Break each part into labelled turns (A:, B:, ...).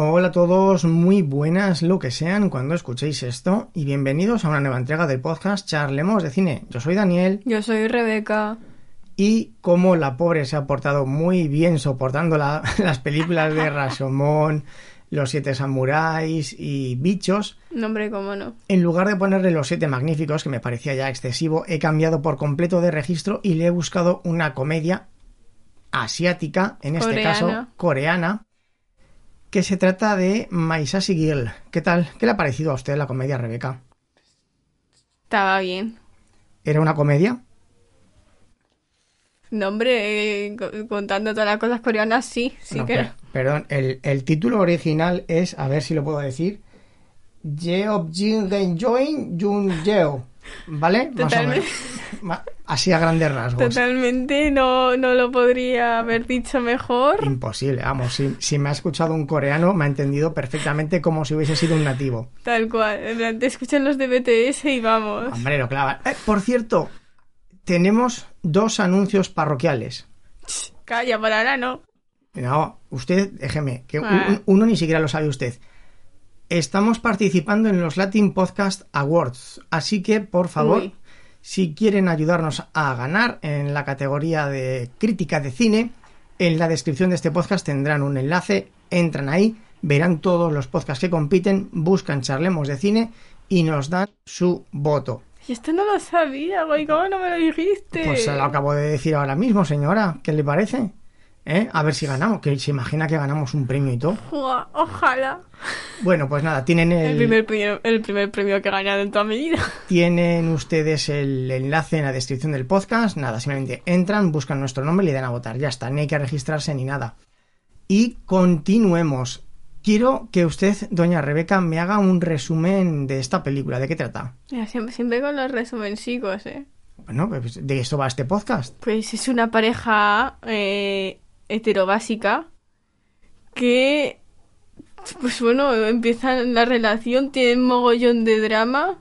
A: Hola a todos, muy buenas lo que sean cuando escuchéis esto y bienvenidos a una nueva entrega del podcast Charlemos de Cine. Yo soy Daniel
B: Yo soy Rebeca.
A: y como la pobre se ha portado muy bien soportando la- las películas de Rashomon, Los Siete Samuráis y Bichos,
B: Nombre, cómo no.
A: en lugar de ponerle los siete magníficos, que me parecía ya excesivo, he cambiado por completo de registro y le he buscado una comedia asiática, en este
B: Coreana.
A: caso coreana, que se trata de My Sassy Girl. ¿Qué tal? ¿Qué le ha parecido a usted la comedia, Rebeca?
B: Estaba bien.
A: ¿Era una comedia?
B: Nombre, eh, co- contando todas las cosas coreanas, sí, sí
A: No,
B: que
A: per-
B: era.
A: Perdón, el, el título original es, a ver si lo puedo decir, Jeobjin Genjoin Jun Jeo. ¿Vale? Más o menos.
B: Totalmente.
A: Ma- Así a grandes rasgos.
B: Totalmente no, no lo podría haber dicho mejor.
A: Imposible, vamos, si, si me ha escuchado un coreano me ha entendido perfectamente como si hubiese sido un nativo.
B: Tal cual. En plan, Te escuchan los de BTS y vamos.
A: Hombre, lo clava. Eh, por cierto, tenemos dos anuncios parroquiales.
B: Ch, Calla, por ahora no.
A: No, usted, déjeme, que un-
B: Ah.
A: un- uno ni siquiera lo sabe usted. Estamos participando en los Latin Podcast Awards, así que por favor,
B: Uy.
A: si quieren ayudarnos a ganar en la categoría de crítica de cine, en la descripción de este podcast tendrán un enlace, entran ahí, verán todos los podcasts que compiten, buscan Charlemos de Cine y nos dan su voto.
B: Y esto no lo sabía, güey. ¿Cómo no me lo dijiste?
A: Pues se lo acabo de decir ahora mismo, señora, ¿qué le parece? ¿Eh? A ver si ganamos, que se imagina que ganamos un premio y todo.
B: Ua, Ojalá.
A: Bueno, pues nada, tienen
B: El...
A: el,
B: primer premio, el primer premio que he ganado en toda mi vida.
A: tienen ustedes el enlace en la descripción del podcast. Nada, simplemente entran, buscan nuestro nombre y le dan a votar. Ya está, ni hay que registrarse ni nada. Y continuemos. Quiero que usted, doña Rebeca, me haga un resumen de esta película. ¿De qué trata?
B: Mira, siempre, siempre con los resumencicos, eh.
A: Bueno, pues de eso va este podcast.
B: Pues es una pareja eh, heterobásica que, pues bueno, empiezan la relación, tienen mogollón de drama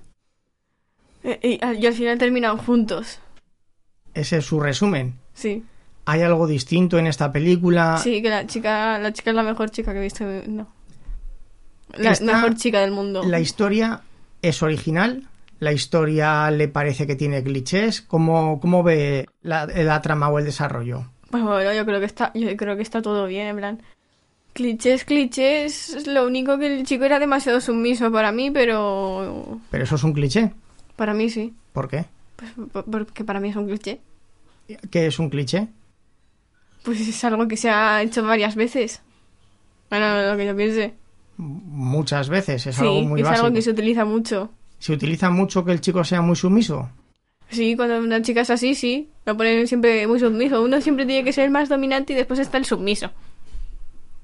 B: eh, y, al- y al final terminan juntos.
A: Ese es su resumen.
B: Sí,
A: ¿Hay algo distinto en esta película?
B: sí, que la chica, la chica es la mejor chica que he visto. No. La
A: Esta-
B: mejor chica del mundo.
A: La historia es original. La historia le parece que tiene clichés. ¿Cómo, cómo ve la- la trama o el desarrollo?
B: Pues bueno, yo creo que está, yo creo que está todo bien, en plan. Clichés, clichés. Lo único que el chico era demasiado sumiso para mí, pero
A: Pero eso es un cliché.
B: para mí sí.
A: ¿Por qué?
B: Pues po- porque para mí es un cliché.
A: ¿Qué es un cliché?
B: Pues es algo que se ha hecho varias veces. Bueno, lo que yo piense.
A: M- Muchas veces es
B: sí,
A: algo muy
B: es
A: básico.
B: algo que se utiliza mucho.
A: Se utiliza mucho que el chico sea muy sumiso.
B: Sí, cuando una chica es así, sí. Lo ponen siempre muy sumiso. Uno siempre tiene que ser el más dominante y después está el submiso.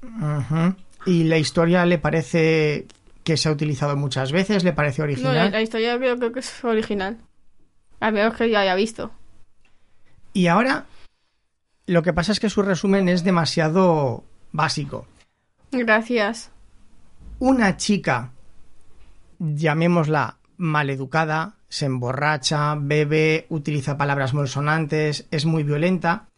A: Ujú. Y la historia le parece que se ha utilizado muchas veces, le parece
B: No, la,
A: original.
B: la historia creo, creo que es original. Al menos que yo haya visto.
A: Y ahora lo que pasa es que su resumen es demasiado básico.
B: Gracias.
A: Una chica, llamémosla maleducada, se emborracha, bebe, utiliza palabras malsonantes, es muy violenta,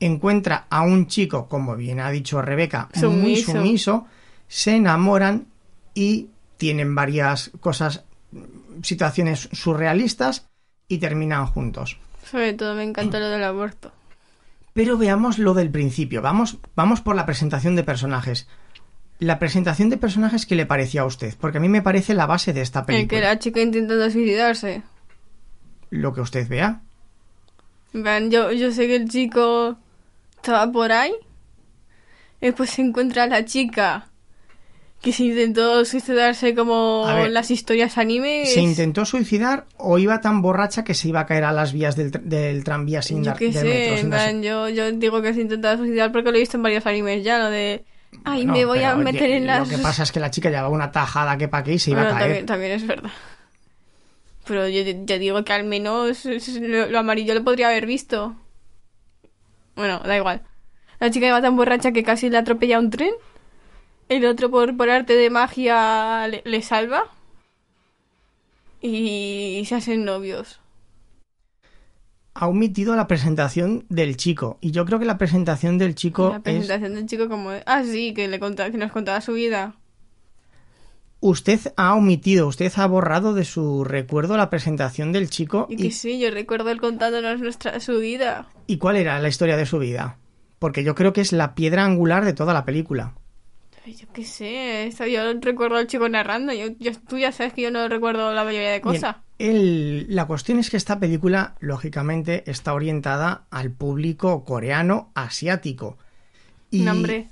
A: encuentra a un chico, como bien ha dicho Rebeca, muy
B: Sumiso.
A: sumiso, se enamoran y tienen varias cosas, situaciones surrealistas y terminan juntos.
B: Sobre todo me encantó lo del aborto.
A: Pero veamos lo del principio, vamos, vamos por la presentación de personajes. La presentación de personajes que le parecía a usted, porque a mí me parece la base de esta
B: El que
A: película.
B: la chica intentando suicidarse.
A: Lo que usted vea.
B: En plan, yo, yo sé que el chico estaba por ahí. Después se encuentra la chica que se intentó suicidarse como
A: A ver,
B: las historias anime.
A: ¿Se intentó suicidar o iba tan borracha que se iba a caer a las vías del, tr- del tranvía sin
B: Yo
A: dar
B: qué
A: del
B: sé,
A: metro, sin darse-
B: en plan, yo, yo digo que se intentaba suicidar porque lo he visto en varios animes ya, lo de Ay,
A: No,
B: me voy a
A: pero
B: meter
A: ye-
B: en las...
A: Lo que pasa es que la chica llevaba una tajada que pa' aquí se iba
B: Bueno,
A: a caer.
B: también, también es verdad. Pero yo ya digo que al menos es- es- lo, lo amarillo lo podría haber visto. Bueno, da igual. La chica iba tan borracha que casi le atropella un tren. El otro por, por arte de magia le, le salva. Y, se hacen novios.
A: Ha omitido la presentación del chico. Y yo creo que la presentación del chico
B: la
A: es.
B: presentación del chico como... Ah, sí, que, le conta, que nos contaba su vida.
A: Usted ha omitido, usted ha borrado de su recuerdo la presentación del chico.
B: Y que sí, yo recuerdo él contándonos nuestra, su vida.
A: ¿Y cuál era la historia de su vida? Porque yo creo que es la piedra angular de toda la película.
B: Ay, Yo qué sé, esto yo recuerdo al chico narrando. Yo, yo- tú ya sabes que yo no recuerdo la mayoría de cosas.
A: Bien, el- la cuestión es que esta película, lógicamente, está orientada al público coreano asiático. Y,
B: Nombre.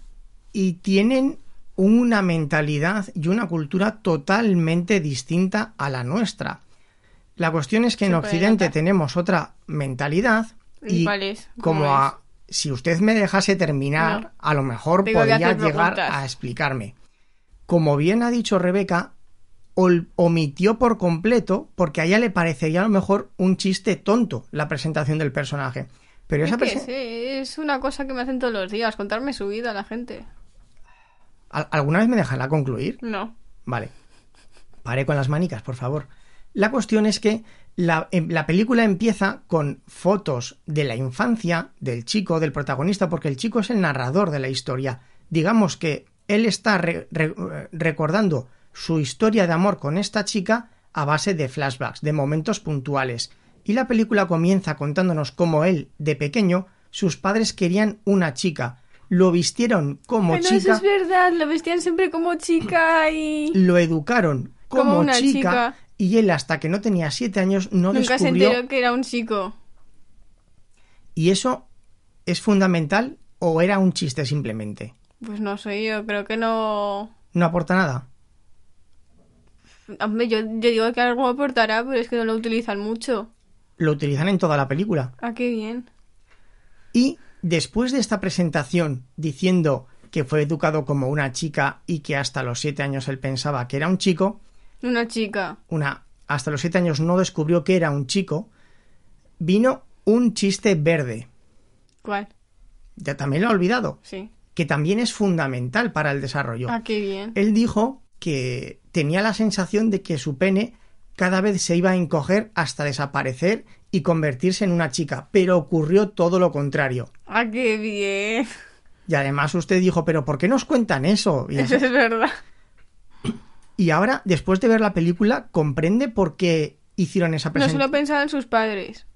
A: y tienen una mentalidad y una cultura totalmente distinta a la nuestra. La cuestión es que en
B: Se puede
A: Occidente
B: notar.
A: tenemos otra mentalidad
B: ¿Y
A: y
B: cuál es?
A: como
B: ¿Cómo
A: a- si usted me dejase terminar,
B: No.
A: a lo mejor
B: Tengo que
A: podría
B: hacer
A: llegar
B: preguntas.
A: a explicarme. Como bien ha dicho Rebeca, ol- omitió por completo porque a ella le parecería a lo mejor un chiste tonto la presentación del personaje. Pero
B: Es,
A: esa
B: que
A: presen-
B: sé, es una cosa que me hacen todos los días, contarme su vida a la gente.
A: ¿Al- ¿Alguna vez me dejará concluir?
B: No.
A: Vale. Pare con las manicas, por favor. La cuestión es que la, em- la película empieza con fotos de la infancia del chico, del protagonista, porque el chico es el narrador de la historia. Digamos que él está re- re- eh, recordando su historia de amor con esta chica a base de flashbacks, de momentos puntuales. Y la película comienza contándonos cómo él, de pequeño, sus padres querían una chica. Lo vistieron como
B: Ay, no, eso
A: chica
B: es verdad, lo vestían siempre como chica y...
A: lo educaron como,
B: Como una
A: chica,
B: chica.
A: y él hasta que no tenía siete años no
B: Nunca se
A: descubrió
B: enteró que era un chico.
A: y eso es fundamental o era un chiste simplemente.
B: Pues no sé, yo creo que no...
A: No aporta nada.
B: Hombre, yo, yo digo que algo aportará, pero es que no lo utilizan mucho.
A: Lo utilizan en toda la película.
B: Ah, qué bien.
A: Y después de esta presentación diciendo que fue educado como una chica y que hasta los siete años él pensaba que era un chico,
B: Una chica.
A: una hasta los siete años no descubrió que era un chico, vino un chiste verde.
B: ¿Cuál?
A: Ya también lo ha olvidado,
B: Sí.
A: que también es fundamental para el desarrollo.
B: Ah, qué bien.
A: Él dijo que tenía la sensación de que su pene cada vez se iba a encoger hasta desaparecer y convertirse en una chica, pero ocurrió todo lo contrario.
B: Ah, qué bien.
A: Y además usted dijo, pero ¿por qué nos cuentan eso? Y,
B: Eso es verdad.
A: y ahora, después de ver la película, comprende por qué hicieron esa
B: No solo
A: presentación.
B: pensaban sus padres.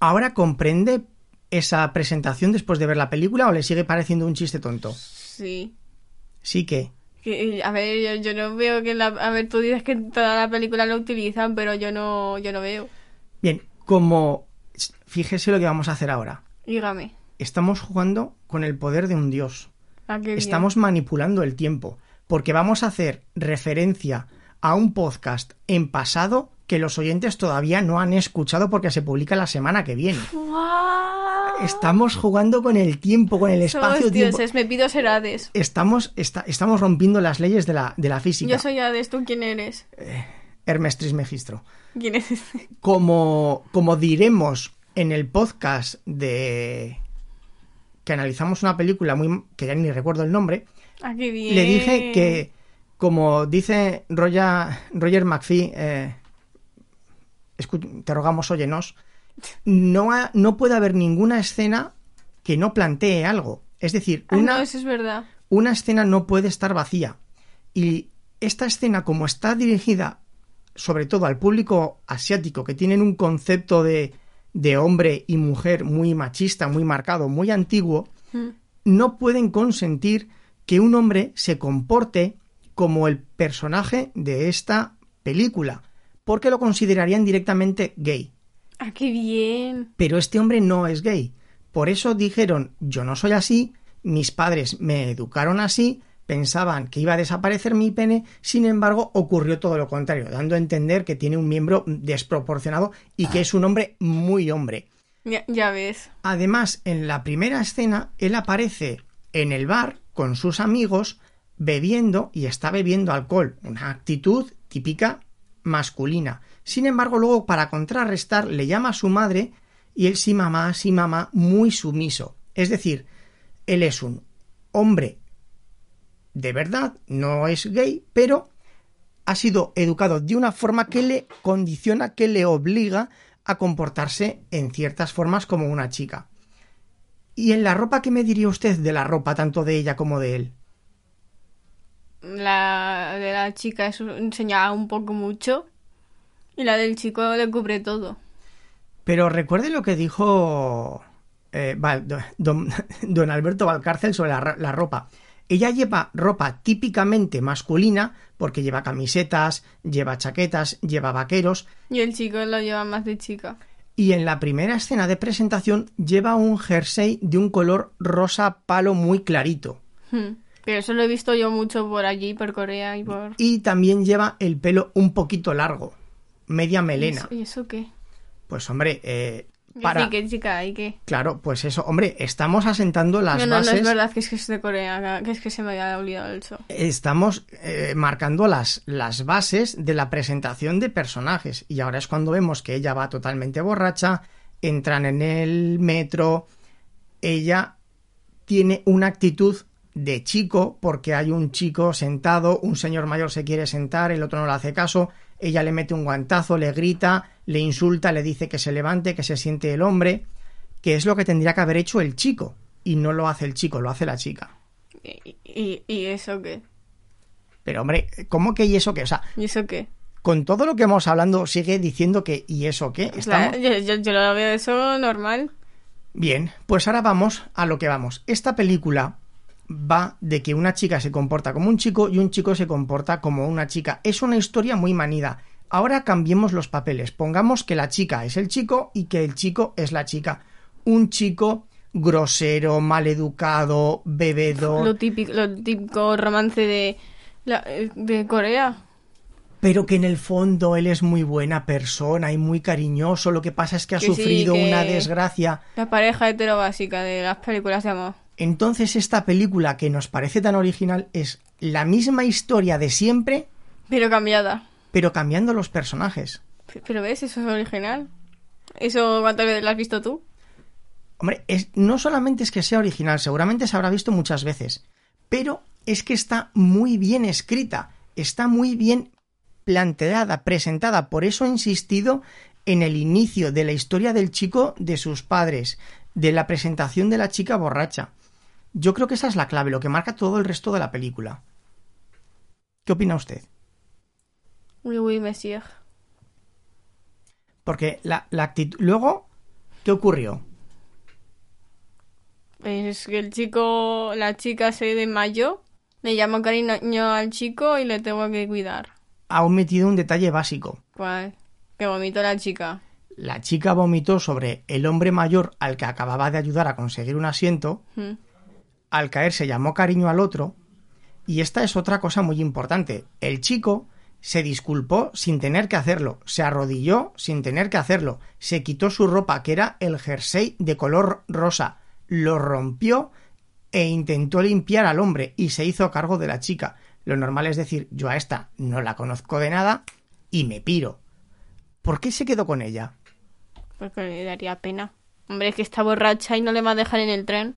A: Ahora comprende esa presentación después de ver la película o le sigue pareciendo un chiste tonto.
B: Sí.
A: Sí que
B: Que, a ver, yo, yo no veo que la... A ver, tú dices que toda la película lo utilizan, pero yo no, yo no veo.
A: bien, como fíjese lo que vamos a hacer ahora.
B: Dígame.
A: Estamos jugando con el poder de un dios.
B: Ah, qué bien.
A: Estamos manipulando el tiempo, porque vamos a hacer referencia a un podcast en pasado que los oyentes todavía no han escuchado porque se publica la semana que viene.
B: ¡Guau!
A: Estamos jugando con el tiempo, con el
B: Somos
A: espacio-tiempo.
B: dioses, me pido ser Hades.
A: Estamos, esta- estamos rompiendo las leyes de la, de la física.
B: Yo soy Hades, ¿tú quién eres?
A: Hermes Trismegistro.
B: ¿Quién es ese?
A: Como, como diremos en el podcast de que analizamos una película muy que ya ni recuerdo el nombre,
B: Ah, qué bien.
A: le dije que, como dice Roger, Roger McPhee, eh, escu- te rogamos, óyenos, no, ha- no puede haber ninguna escena que no plantee algo. Es decir,
B: Ah,
A: una,
B: no, eso es verdad.
A: una escena no puede estar vacía. Y esta escena, como está dirigida sobre todo al público asiático, que tienen un concepto de, de hombre y mujer muy machista, muy marcado, muy antiguo,
B: Mm.
A: no pueden consentir que un hombre se comporte como el personaje de esta película, porque lo considerarían directamente gay.
B: Ah, qué bien.
A: Pero este hombre no es gay. Por eso dijeron, yo no soy así, mis padres me educaron así, pensaban que iba a desaparecer mi pene, sin embargo ocurrió todo lo contrario, dando a entender que tiene un miembro desproporcionado y que es un hombre muy hombre.
B: Ya, ya ves.
A: Además, en la primera escena, él aparece en el bar con sus amigos bebiendo y está bebiendo alcohol, una actitud típica masculina. Sin embargo, luego para contrarrestar le llama a su madre y él sí mamá, sí mamá, muy sumiso. Es decir, él es un hombre de verdad, no es gay, pero ha sido educado de una forma que le condiciona, que le obliga a comportarse en ciertas formas como una chica. ¿Y en la ropa qué me diría usted de la ropa, tanto de ella como de él?
B: La de la chica es enseñada un poco mucho y la del chico le cubre todo.
A: Pero recuerde lo que dijo eh, don, don, Alberto Valcárcel sobre la, la ropa. Ella lleva ropa típicamente masculina, porque lleva camisetas, lleva chaquetas, lleva vaqueros.
B: Y el chico lo lleva más de chica.
A: Y en la primera escena de presentación lleva un jersey de un color rosa palo muy clarito.
B: Hmm. Pero eso lo he visto yo mucho por allí, por Corea y por...
A: Y también lleva el pelo un poquito largo, media melena.
B: ¿Y eso, ¿y eso qué?
A: Pues hombre, eh,
B: para... Sí, que chica, ¿y qué?
A: Claro, pues eso, hombre, estamos asentando las
B: no, no,
A: bases...
B: No, es verdad que es que es de Corea, que es que se me había olvidado eso.
A: Estamos eh, marcando las, las bases de la presentación de personajes y ahora es cuando vemos que ella va totalmente borracha, entran en el metro, ella tiene una actitud de chico porque hay un chico sentado, un señor mayor se quiere sentar, el otro no le hace caso, ella le mete un guantazo, le grita, le insulta, le dice que se levante, que se siente el hombre, que es lo que tendría que haber hecho el chico. Y no lo hace el chico, lo hace la chica.
B: ¿Y, y, y eso qué?
A: Pero hombre, ¿cómo que y eso qué? O sea,
B: ¿y eso qué?
A: Con todo lo que hemos hablando, sigue diciendo que ¿y eso qué?
B: Estamos... Yo, yo, yo lo veo eso normal.
A: Bien, pues ahora vamos a lo que vamos. Esta película va de que una chica se comporta como un chico y un chico se comporta como una chica. Es una historia muy manida. Ahora cambiemos los papeles. Pongamos que la chica es el chico y que el chico es la chica. Un chico grosero, maleducado, bebedor.
B: Lo típico, lo típico romance de, la, de Corea.
A: Pero que en el fondo él es muy buena persona y muy cariñoso. Lo que pasa es que ha que sufrido sí, que una desgracia.
B: La pareja heterobásica de las películas de amor.
A: Entonces esta película que nos parece tan original es la misma historia de siempre.
B: Pero cambiada.
A: Pero cambiando los personajes.
B: Pero ves, eso es original. ¿Eso cuántas veces lo has visto tú?
A: Hombre, es, no solamente es que sea original, seguramente se habrá visto muchas veces. Pero es que está muy bien escrita, está muy bien planteada, presentada. Por eso he insistido en el inicio de la historia del chico de sus padres, de la presentación de la chica borracha. Yo creo que esa es la clave, lo que marca todo el resto de la película. ¿Qué opina usted?
B: Oui, oui, monsieur.
A: Porque la, la actitud. Luego, ¿qué ocurrió?
B: Es que el chico. La chica se de mayo. Le llama cariño al chico y le tengo que cuidar.
A: Ha omitido un detalle básico.
B: ¿Cuál? Que vomitó la chica.
A: La chica vomitó sobre el hombre mayor al que acababa de ayudar a conseguir un asiento.
B: Hmm.
A: Mm. Al caer se llamó cariño al otro. Y esta es otra cosa muy importante. El chico se disculpó sin tener que hacerlo, se arrodilló sin tener que hacerlo, se quitó su ropa, que era el jersey de color rosa, lo rompió e intentó limpiar al hombre y se hizo cargo de la chica. Lo normal es decir, yo a esta no la conozco de nada y me piro. ¿Por qué se quedó con ella?
B: Porque Pues le daría pena. Hombre, es que está borracha y no le va a dejar en el tren.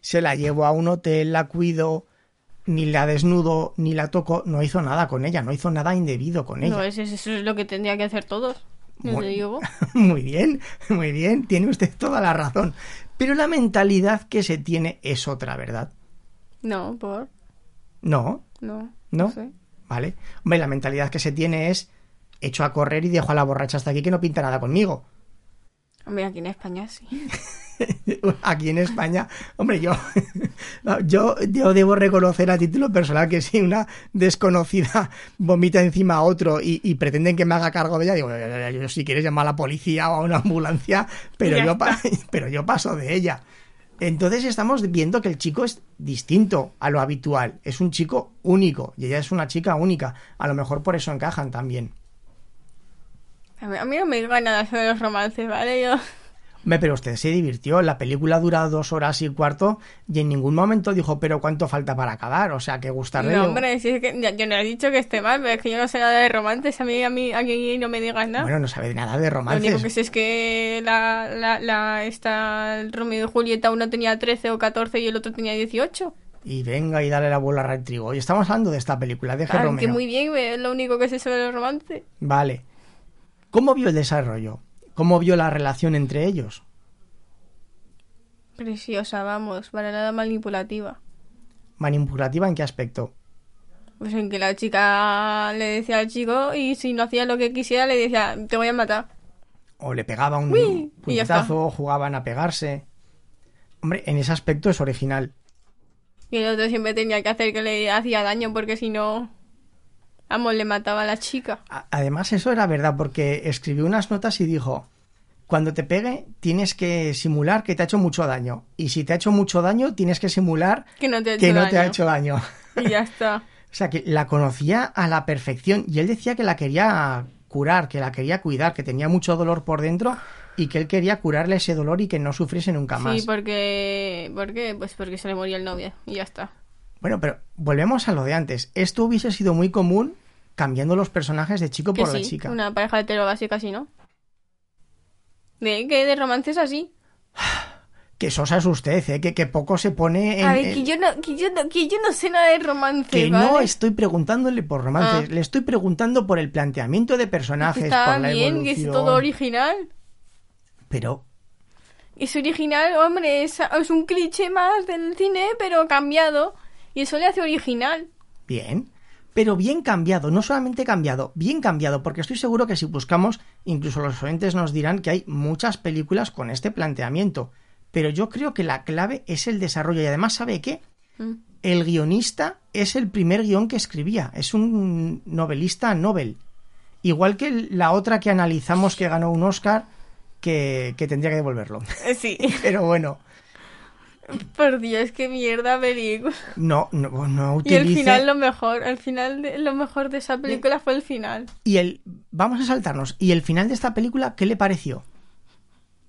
A: Se la llevo a un hotel, la cuido, ni la desnudo, ni la toco. No hizo nada con ella, no hizo nada indebido con ella.
B: No, eso, eso es lo que tendría que hacer todos. ¿no
A: muy,
B: te digo?
A: muy bien, muy bien, tiene usted toda la razón. Pero la mentalidad que se tiene es otra, ¿verdad?
B: No, por.
A: No.
B: No.
A: No.
B: no sé.
A: Vale. Hombre, la mentalidad que se tiene es hecho a correr y dejo a la borracha hasta aquí que no pinta nada conmigo.
B: Hombre, aquí en España sí.
A: aquí en España, hombre, yo, yo, yo, debo reconocer a título personal que si una desconocida vomita encima a otro y, y pretenden que me haga cargo de ella, digo, yo, yo, si quieres llamar a la policía o a una ambulancia, pero yo, pa pero yo paso de ella. Entonces estamos viendo que el chico es distinto a lo habitual, es un chico único y ella es una chica única, a lo mejor por eso encajan también.
B: A mí, a mí, no me digan nada sobre los romances, ¿vale? Yo...
A: Hombre, Pero usted se divirtió, la película dura dos horas y cuarto y en ningún momento dijo, pero ¿cuánto falta para acabar? O sea, que gustarle.
B: No, hombre, si es que ya- yo no he dicho que esté mal, pero es que yo no sé nada de romances. A mí, a mí, aquí no me digas nada.
A: Bueno, no sabe nada de
B: Lo único que
A: romances.
B: sé es que la, la, la, esta Romeo y Julieta, una tenía 13 o 14 y el otro tenía 18.
A: Y venga y dale la bola a Trigo. Y estamos hablando de esta película, deje
B: Ah, que
A: Romeo.
B: muy bien, es lo único que sé sobre el romance.
A: Vale. ¿Cómo vio el desarrollo? ¿Cómo vio la relación entre ellos?
B: Preciosa, vamos, para nada manipulativa.
A: ¿Manipulativa en qué aspecto?
B: Pues en que la chica le decía al chico y si no hacía lo que quisiera le decía, te voy a matar.
A: O le pegaba un
B: Uy, y ya
A: puñetazo, o jugaban a pegarse. Hombre, en ese aspecto es original.
B: Y el otro siempre tenía que hacer que le hacía daño porque si no, vamos, le mataba a la chica.
A: A- Además, eso era verdad, porque escribió unas notas y dijo: Cuando te pegue, tienes que simular que te ha hecho mucho daño. Y si te ha hecho mucho daño, tienes que simular
B: Que no te ha hecho
A: que no
B: daño.
A: te ha hecho daño. O
B: Y ya está.
A: sea, que la conocía a la perfección. Y él decía que la quería curar, que la quería cuidar, que tenía mucho dolor por dentro y que él quería curarle ese dolor y que no sufriese nunca más.
B: Sí, porque... ¿Por qué? Pues porque se le moría el novio y ya está.
A: Bueno, pero volvemos a lo de antes. Esto hubiese sido muy común cambiando los personajes de chico
B: Que
A: por la
B: sí,
A: chica.
B: una pareja heterobásica así, ¿no? De que de romances así.
A: Que sosa es usted, ¿eh? que, que poco se pone en.
B: a ver,
A: en-
B: que yo no, que yo no, que yo no sé nada de romance,
A: que
B: ¿vale?
A: no estoy preguntándole por romances,
B: Ah.
A: le estoy preguntando por el planteamiento de personajes,
B: Está
A: por la
B: bien, que es
A: evolución.
B: todo original.
A: Pero
B: Es original, hombre, es, es un cliché más del cine, pero cambiado. Y eso le hace original.
A: bien, pero bien cambiado, no solamente cambiado, bien cambiado, porque estoy seguro que si buscamos, incluso los oyentes nos dirán que hay muchas películas con este planteamiento. Pero yo creo que la clave es el desarrollo y además sabe qué,
B: Mm.
A: el guionista es el primer guión que escribía, es un novelista Nobel. Igual que la otra que analizamos que ganó un Oscar, que, que tendría que devolverlo.
B: Eh, Sí.
A: Pero bueno,
B: Por Dios, qué mierda película.
A: no, no, no
B: Y el
A: utilice.
B: final lo mejor. El final, de- lo mejor de esa película fue el final.
A: y el- Vamos a saltarnos. ¿Y el final de esta película qué le pareció?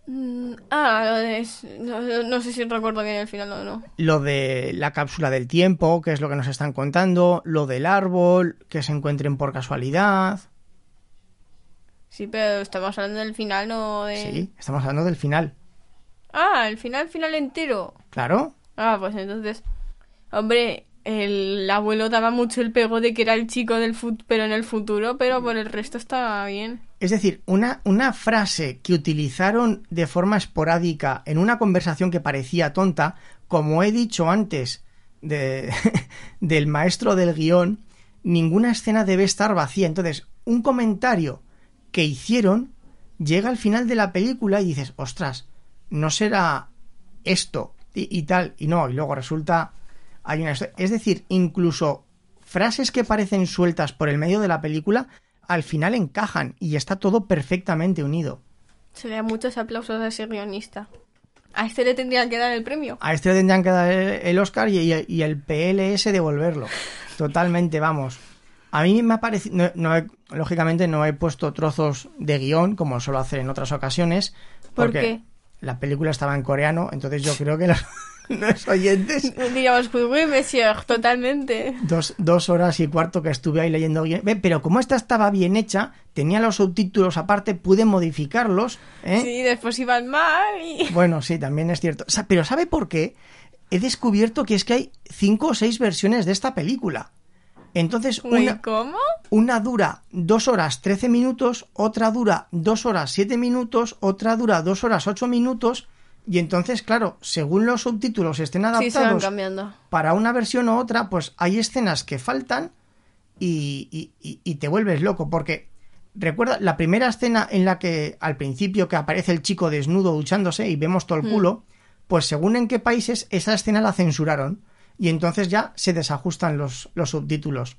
B: Mm, Ah, lo de- es- no, no- no sé si recuerdo bien el final o no.
A: Lo de la cápsula del tiempo, que es lo que nos están contando, lo del árbol, que se encuentren por casualidad.
B: Sí, pero estamos hablando del final, no de...
A: Sí, estamos hablando del final.
B: Ah, el final, final entero.
A: Claro,
B: Ah, pues entonces... Hombre, el abuelo daba mucho el pego de que era el chico del fut pero en el futuro, pero por el resto estaba bien.
A: Es decir, una, una frase que utilizaron de forma esporádica en una conversación que parecía tonta, como he dicho antes de- del maestro del guión, ninguna escena debe estar vacía. Entonces, un comentario que hicieron llega al final de la película y dices, ostras, no será esto y, y tal, y no, y luego resulta hay una histo- es decir, incluso frases que parecen sueltas por el medio de la película al final encajan y está todo perfectamente unido.
B: Se le dan muchos aplausos a ese guionista. A este le tendrían que dar el premio.
A: A este le tendrían que dar el el Oscar y, y- y el PLS devolverlo. Totalmente, vamos. A mí me ha parecido. no- no he- lógicamente no he puesto trozos de guión, como suelo hacer en otras ocasiones.
B: ¿Por
A: Porque
B: qué?
A: la película estaba en coreano, entonces yo creo que los, los oyentes.
B: Diríamos, pues, uy, monsieur, totalmente.
A: Dos, dos horas y cuarto que estuve ahí leyendo guión. Ve, Pero como esta estaba bien hecha, tenía los subtítulos aparte, pude modificarlos. ¿eh?
B: Sí, después iban mal y...
A: Bueno, sí, también es cierto. Sa- Pero ¿sabe por qué? He descubierto que es que hay cinco o seis versiones de esta película. Entonces,
B: Uy,
A: una,
B: ¿cómo?
A: una dura dos horas 13 minutos, otra dura dos horas 7 minutos, otra dura dos horas 8 minutos. Y entonces, claro, según los subtítulos estén
B: Sí, se van
A: adaptados
B: cambiando.
A: para una versión u otra, pues hay escenas que faltan y, y- y- y te vuelves loco. Porque, recuerda, la primera escena en la que al principio que aparece el chico desnudo duchándose y vemos
B: Mm.
A: todo el culo, pues según en qué países esa escena la censuraron. Y entonces ya se desajustan los, los subtítulos.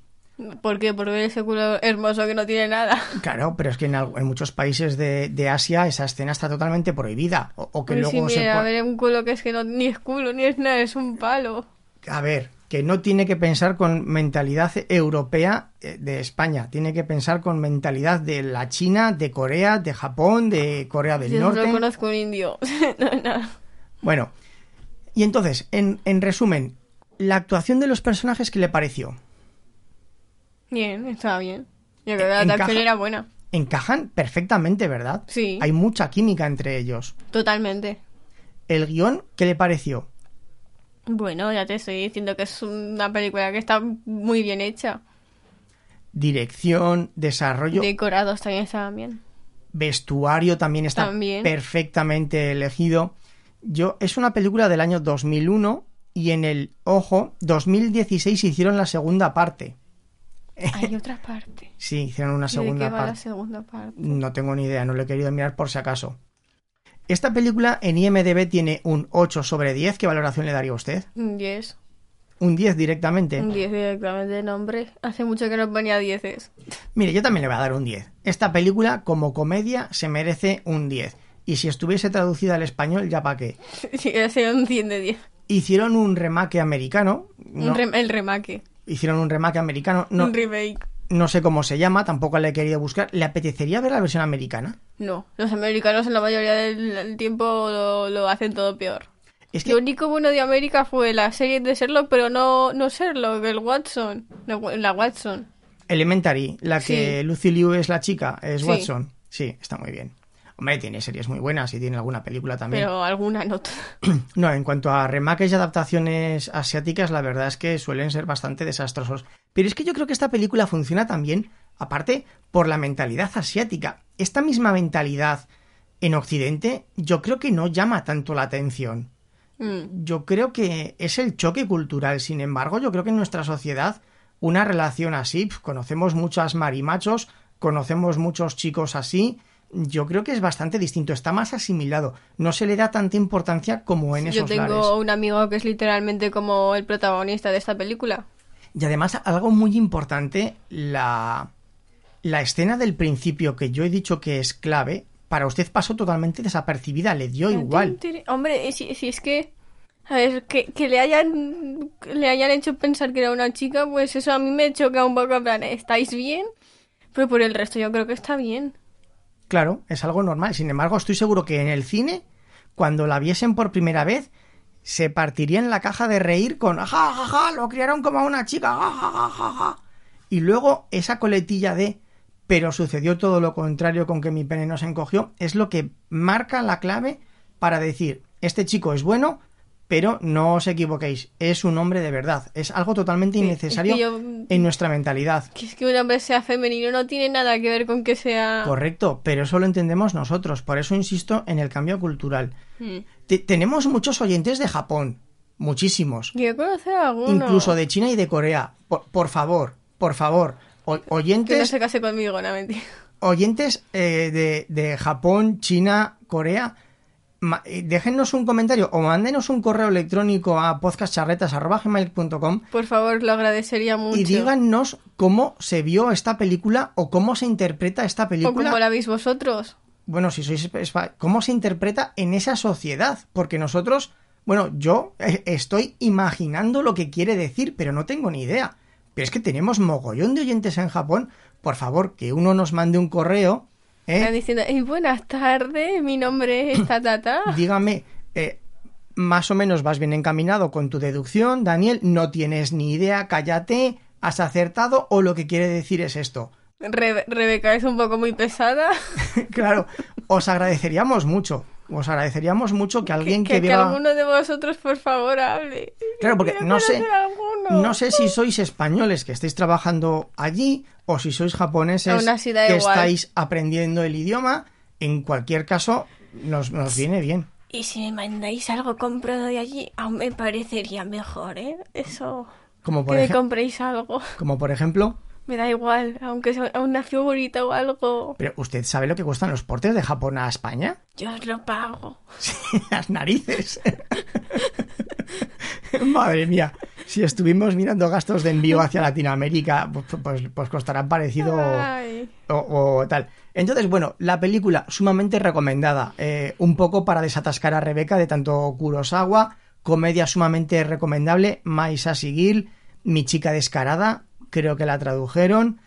B: ¿Por qué? Por ver ese culo hermoso que no tiene nada.
A: Claro, pero es que en, al- en muchos países de, de Asia esa escena está totalmente prohibida. O, o que
B: Pero
A: luego
B: sí,
A: se
B: mira,
A: pon-
B: a ver, un culo que es que no, ni es culo, ni es nada, es un palo.
A: A ver, que no tiene que pensar con mentalidad europea eh, de España, tiene que pensar con mentalidad de la China, de Corea, de Japón, de Corea del
B: Yo
A: Norte.
B: solo conozco un indio. no, no.
A: Bueno, y entonces, en, en resumen, la actuación de los personajes que le pareció,
B: Bien, estaba bien. Yo creo que la
A: Encaja.
B: atracción era buena.
A: encajan perfectamente, ¿verdad?
B: Sí.
A: Hay mucha química entre ellos.
B: Totalmente.
A: El guión, ¿qué le pareció?
B: Bueno, ya te estoy diciendo que es una película que está muy bien hecha.
A: Dirección, desarrollo,
B: Decorados también estaban bien.
A: vestuario también está
B: También.
A: perfectamente elegido. Yo es una película del año 2001 y en el ojo 2016 hicieron la segunda parte.
B: Hay otra parte.
A: Sí, hicieron una
B: ¿Y ¿De
A: segunda
B: qué va la
A: parte.
B: segunda parte?
A: No tengo ni idea, no lo he querido mirar por si acaso. Esta película en IMDb tiene un 8 sobre 10. ¿Qué valoración le daría a usted?
B: Un 10.
A: Un 10 directamente.
B: Un 10 directamente de nombre. Hace mucho que no ponía 10.
A: Mire, yo también le voy a dar un 10. Esta película, como comedia, se merece un 10. Y si estuviese traducida al español, ya para qué.
B: Sí, hace un 100 de 10.
A: Hicieron un remake americano.
B: Un
A: no-
B: rem- el remake.
A: hicieron un remake americano. No,
B: Un remake.
A: no sé cómo se llama, tampoco le he querido buscar. ¿Le apetecería ver la versión americana?
B: No, los americanos en la mayoría del del tiempo lo, lo hacen todo peor.
A: Es
B: Lo
A: que
B: único bueno de América fue la serie de Sherlock, pero no, no Sherlock, el Watson. La, Wa- la Watson.
A: Elementary, la que
B: Sí.
A: Lucy Liu es la chica, es
B: Sí.
A: Watson. Sí, está muy bien. Hombre, tiene series muy buenas y tiene alguna película también.
B: Pero alguna no todas.
A: No, en cuanto a remakes y adaptaciones asiáticas, la verdad es que suelen ser bastante desastrosos. Pero es que yo creo que esta película funciona también, aparte, por la mentalidad asiática. Esta misma mentalidad en Occidente, yo creo que no llama tanto la atención.
B: Mm,
A: Yo creo que es el choque cultural. Sin embargo, yo creo que en nuestra sociedad una relación así, pf, conocemos muchas marimachos, conocemos muchos chicos así. Yo creo que es bastante distinto, está más asimilado. No se le da tanta importancia como en
B: Yo
A: esos
B: tengo
A: lares.
B: un amigo que es literalmente como el protagonista de esta película.
A: Y además, algo muy importante, la, la escena del principio que yo he dicho que es clave, para usted pasó totalmente desapercibida, le dio igual.
B: Hombre, eh, si, si es que. A ver, que, que le hayan que le hayan hecho pensar que era una chica, pues eso a mí me choca un poco. En plan, ¿estáis bien? Pero por el resto yo creo que está bien.
A: Claro, es algo normal. Sin embargo, estoy seguro que en el cine, cuando la viesen por primera vez, se partirían la caja de reír con ja, ja, ja, lo criaron como a una chica, ja, ja, ja, ja, ja". Y luego esa coletilla de pero sucedió todo lo contrario con que mi pene no se encogió, es lo que marca la clave para decir, este chico es bueno, pero no os equivoquéis, es un hombre de verdad. Es algo totalmente
B: Sí, es que
A: innecesario
B: yo-
A: en nuestra mentalidad.
B: Que es que un hombre sea femenino no tiene nada que ver con que sea.
A: Correcto, pero eso lo entendemos nosotros, por eso insisto en el cambio cultural.
B: Mm.
A: Te- tenemos muchos oyentes de Japón, muchísimos,
B: Quiero conocer a alguno.
A: incluso de China y de Corea. Por, por favor, por favor, o-
B: Que no
A: oyentes,
B: se case conmigo, no mentira.
A: oyentes eh, de, de Japón, China, Corea, ma- eh, déjennos un comentario o mándenos un correo electrónico a podcastcharretas.com
B: Por favor, lo agradecería mucho.
A: y díganos cómo se vio esta película o cómo se interpreta esta
B: O
A: película.
B: como la veis vosotros.
A: bueno, si sois espa- ¿cómo se interpreta en esa sociedad? Porque nosotros, bueno, yo eh, estoy imaginando lo que quiere decir, pero no tengo ni idea. Pero es que tenemos mogollón de oyentes en Japón. Por favor, que uno nos mande un correo. ¿eh?
B: Están diciendo, "Eh, buenas tardes, mi nombre es Tatata.
A: Dígame, eh, más o menos vas bien encaminado con tu deducción, Daniel. No tienes ni idea, cállate. ¿Has acertado o lo que quiere decir es esto?
B: Re- Rebeca es un poco muy pesada.
A: claro, os agradeceríamos mucho. Os agradeceríamos mucho que alguien que,
B: que, que
A: viva...
B: alguno de vosotros, por favor, hable.
A: Claro, porque
B: Quiero
A: no sé,
B: conocer a alguno.
A: no sé si sois españoles que estáis trabajando allí o si sois japoneses
B: Aún así da
A: que
B: igual.
A: estáis aprendiendo el idioma. En cualquier caso, nos, nos viene bien.
B: Y si me mandáis algo comprado de allí, aún me parecería mejor, ¿eh? Eso.
A: Como
B: Que
A: por,
B: me
A: ejem-
B: compréis algo.
A: como por ejemplo,
B: Me da igual, aunque sea una figurita o algo.
A: pero ¿usted sabe lo que cuestan los portes de Japón a España?
B: Yo os lo pago.
A: Sí, las narices. Madre mía, si estuvimos mirando gastos de envío hacia Latinoamérica, pues, pues, pues costará parecido...
B: Ay.
A: o, o tal. Entonces, bueno, la película sumamente recomendada, eh, un poco para desatascar a Rebeca de tanto Kurosawa comedia sumamente recomendable, My Sassy Girl, Mi chica descarada, creo que la tradujeron.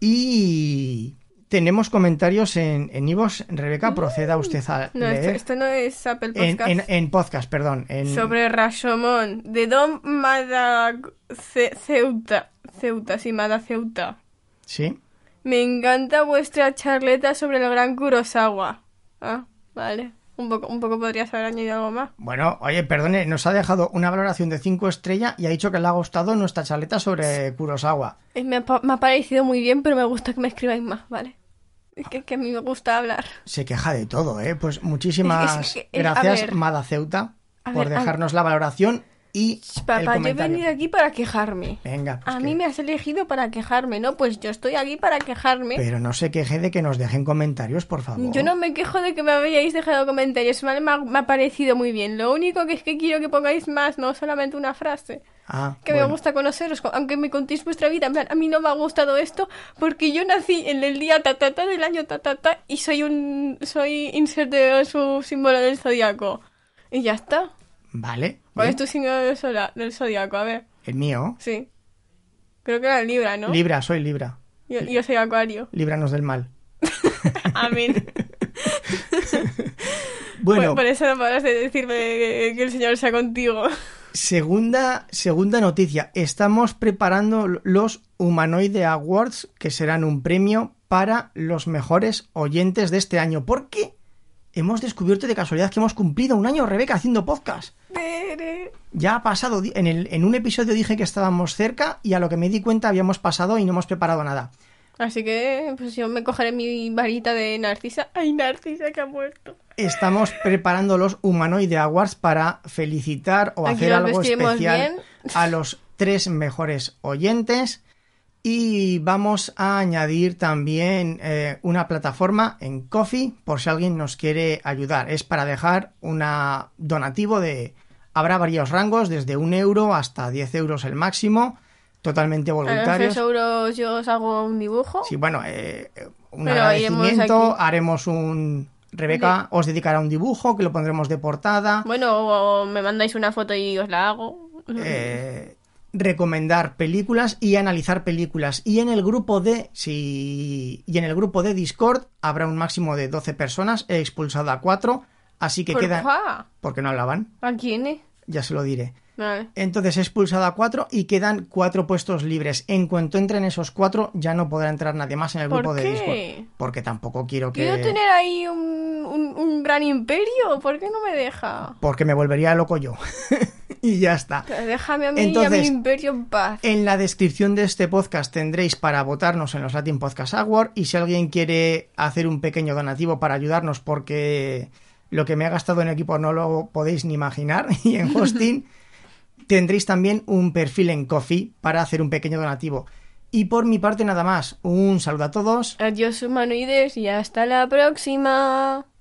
A: Y tenemos comentarios en, en Ivos. Rebeca, proceda usted a
B: Mm, No, esto,
A: leer.
B: esto no es Apple
A: En,
B: Podcast.
A: en- en podcast, perdón. En,
B: Sobre Rashomon, de Don Mada Ce- Ceuta. Ceuta, sí, Mada Ceuta.
A: Sí.
B: Me encanta vuestra charleta sobre el gran Kurosawa. Ah, vale. Un poco, un poco podrías haber añadido algo más.
A: Bueno, oye, perdone, nos ha dejado una valoración de 5 estrellas y ha dicho que le ha gustado nuestra charleta sobre Kurosawa.
B: Eh, Me ha, pa- me ha parecido muy bien, pero me gusta que me escribáis más, ¿vale? Es que, que a mí me gusta hablar.
A: Se queja de todo, ¿eh? Pues muchísimas
B: Es que- es que- a
A: gracias,
B: ver.
A: Mada Ceuta,
B: A
A: por
B: ver, a-
A: dejarnos la valoración y el
B: Papá, yo he
A: comentario.
B: venido aquí para quejarme.
A: Venga, pues
B: A
A: que-
B: mí me has elegido para quejarme, ¿no? Pues yo estoy aquí para quejarme.
A: Pero no se queje de que nos dejen comentarios, por favor.
B: Yo no me quejo de que me habéis dejado comentarios, ¿vale? me ha, me ha parecido muy bien. Lo único que es que quiero que pongáis más, no solamente una frase.
A: Ah,
B: Que me
A: bueno.
B: gusta conoceros, co- aunque me contéis vuestra vida. En plan, a mí no me ha gustado esto porque yo nací en el día ta ta ta del año ta ta ta y soy un. soy inserte su símbolo del zodiaco. Y ya está.
A: Vale.
B: ¿Cuál
A: bien.
B: es tu símbolo del, sola- del zodiaco? A ver,
A: El mío.
B: sí. Creo que era Libra, ¿no?
A: Libra, soy Libra.
B: yo, yo soy Acuario.
A: Líbranos del mal.
B: Amén.
A: Bueno,
B: Por, por eso no podrás de- decirme que, que el Señor sea contigo.
A: segunda, segunda noticia. Estamos preparando los Humanoide Awards, que serán un premio para los mejores oyentes de este año. Porque hemos descubierto de casualidad que hemos cumplido un año, Rebeca, haciendo podcast.
B: Tere.
A: Ya ha pasado, di- en, el- en un episodio dije que estábamos cerca y a lo que me di cuenta habíamos pasado y no hemos preparado nada.
B: Así que pues yo me cogeré mi varita de Narcisa. Ay, Narcisa que ha muerto.
A: Estamos preparando los Humanoide Awards para felicitar o
B: Aquí
A: hacer
B: los
A: algo
B: vestiremos
A: especial
B: bien.
A: a los tres mejores oyentes. Y vamos a añadir también eh, una plataforma en Coffee por si alguien nos quiere ayudar. Es para dejar un donativo de... Habrá varios rangos, desde un euro hasta 10 euros el máximo, totalmente
B: A los 3
A: voluntarios.
B: euros yo os hago un dibujo.
A: Sí, bueno, eh, un
B: Pero iremos
A: agradecimiento,
B: aquí.
A: haremos un... Rebeca os dedicará un dibujo que lo pondremos de portada.
B: Bueno, o, o me mandáis una foto y os la hago.
A: eh, recomendar películas y analizar películas. Y en el grupo de si y en el grupo de Discord habrá un máximo de 12 personas. He expulsado a 4, así que
B: ¿Por
A: quedan
B: cuá?
A: porque no hablaban,
B: ¿A quién eh?
A: ya se lo diré.
B: Vale.
A: Entonces he expulsado a 4 y quedan 4 puestos libres. En cuanto entren esos 4 ya no podrá entrar nadie más en el
B: ¿Por
A: grupo de
B: qué?
A: Discord, porque tampoco quiero que
B: Quiero tener ahí un, un- un gran imperio. ¿Por qué no me deja?
A: porque me volvería loco yo. y ya está.
B: Déjame a mí y a
A: Entonces-
B: mi imperio en paz.
A: En la descripción de este podcast tendréis para votarnos en los Latin Podcast Award y si alguien quiere hacer un pequeño donativo para ayudarnos porque lo que me ha gastado en equipo no lo podéis ni imaginar y en hosting tendréis también un perfil en Coffee para hacer un pequeño donativo. Y por mi parte nada más, un saludo a todos.
B: Adiós humanoides y hasta la próxima.